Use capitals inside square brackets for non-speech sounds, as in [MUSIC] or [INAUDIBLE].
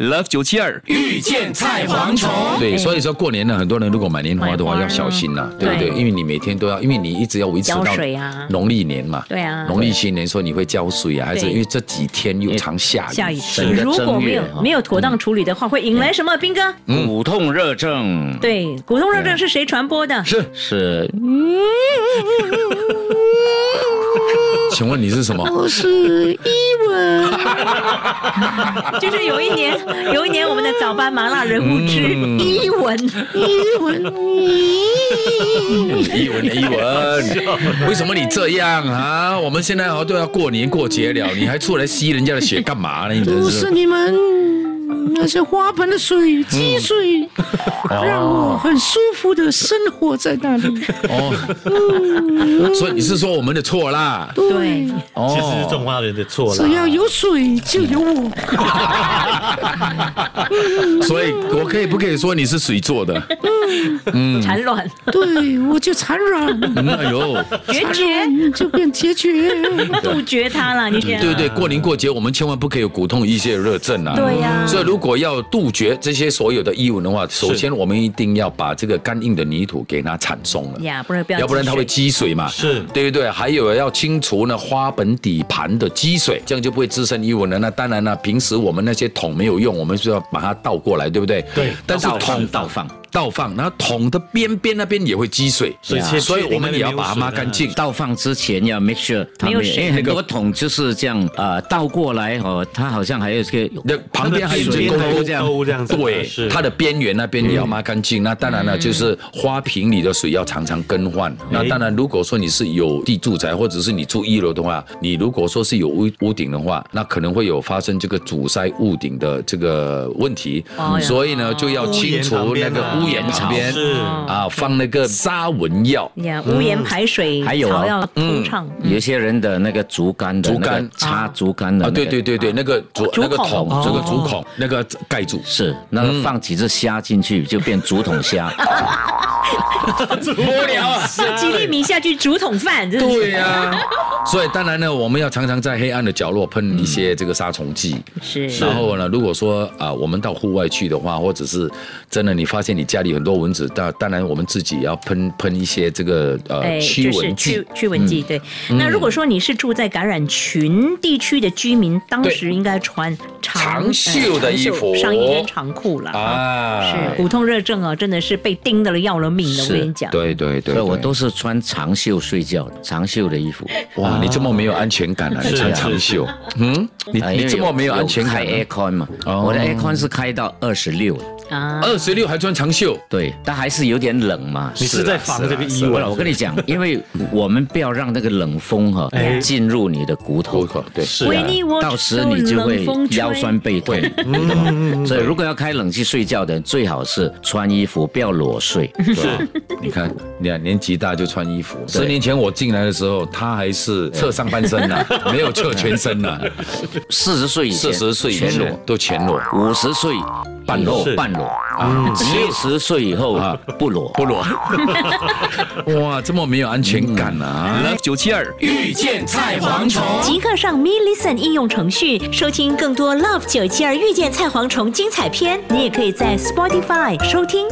Love 九七二遇见菜蝗虫。对，所以说过年呢，很多人如果买年花的买话花要小心呐、对不嗯对对？因为你每天都要，因为你一直要维持到浇水啊农历年嘛，对啊农历新年说你会浇水啊，还是对因为这几天又常下雨，啊下雨整个如果正没月有哈嗯没有妥当处理的话，会引来什么？兵哥，骨痛热症，对，骨痛热症是谁传播的？是，是请问你是 [LAUGHS] 什么？就是有一 [LAUGHS] 年，有一年我们的早班麻辣人物之嗯伊文，一文一 [LAUGHS] 文，为什么你这样啊？我们现在好像都要过年过节了，你还出来吸人家的血干嘛呢？ [LAUGHS] 你真都是是。你们那些花盆的水、积水，让我很舒服的生活在那里。哦，所以你是说我们的错啦？对，哦，其实是种花人的错啦。只要有水就有我。所以我可以不可以说你是水做的？嗯产卵对，我就 [LAUGHS] 产卵，嗯，哎呦，决绝就变结局。杜绝它了，你这样对嗯对，过年过节我们千万不可以有骨痛、一些热症啊。对呀所以如果要杜绝这些所有的异物的话，首先我们一定要把这个干硬的泥土给它铲松了。呀，不然不要，要不然它会积水嘛，是对不对？还有要清除呢花盆底盘的积水，这样就不会滋生异物了。那当然了，平时我们那些桶没有用，我们是要把它倒过来，对不对？对但是倒放桶倒放倒放，然后桶的边边那边也会积水，所以呀切所以切我们也要把它抹那边干有水净。倒放之前要 make sure 它没有水因为很多桶就是这样呃倒过来哦，它好像还有这个那旁边还有一水些沟边还有沟一些沟这样子啊对，是它的边缘那边也要抹干净。那当然了，就是花瓶里的水要常常更换。那当然，如果说你是有地住宅，或者是你住一楼的话，你如果说是有屋屋顶的话，那可能会有发生这个阻塞屋顶的这个问题嗯哦。呀所以呢，就要清除那个屋檐旁边是啊，放那个沙文药。呀，屋檐排水，还有啊草要通畅，嗯有些人的那个竹竿的竹竿那个 [LAUGHS] 插竹竿的啊，那个对对对对，那个竹竹那个筒桶，这个竹孔那个盖住，是那嗯个放几只虾进去就变竹筒虾，无聊啊。这几粒米下去竹筒饭，真的是对呀、 [LAUGHS] 所以当然呢，我们要常常在黑暗的角落喷一些这个杀虫剂。是然后呢，如果说啊、我们到户外去的话，或者是真的你发现你家里很多蚊子，当当然我们自己也要喷喷一些这个呃哎，驱就是蚊剂驱。驱蚊剂，对。那如果说你是住在感染群地区的居民，当对时应该穿长袖的呃长袖衣服上衣跟长裤了啊。啊是骨痛热症哦，真的是被叮的了要了命的，我是跟你讲。对对 [LAUGHS] 对所以对，我都是穿长袖睡觉的，长袖的衣服。哇，你这么没有安全感啊！你是穿啊长袖，嗯，你啊因为你这么没有安全感开啊， aircon 嘛？哦我的 aircon 是开到二十六，啊，二十六还穿长袖，对，但还是有点冷嘛。啊你是在防这个衣不纹了，我跟你讲，因为我们不要让那个冷风哈、哎进入你的骨头骨头，对是维啊尼，我到时你就受会冷风吹腰酸背痛。你懂嗯吗所以如果要开冷气睡觉的人，最好是穿衣服，不要裸睡。你看，两年级大就穿衣服。十年前我进来的时候，他还是侧上半身呢、 [LAUGHS] 没有侧全身 [LAUGHS] 呢、四十岁以前，四十岁以全前裸；都全裸，五十岁半裸是半裸，嗯六十岁以后啊不裸。不裸。哇，这么没有安全感啊！ Love 九七二遇见菜蝗虫。即刻上 Me Listen 应用程序收听更多 Love 九七二遇见菜蝗虫精彩片，你也可以在 Spotify 收听。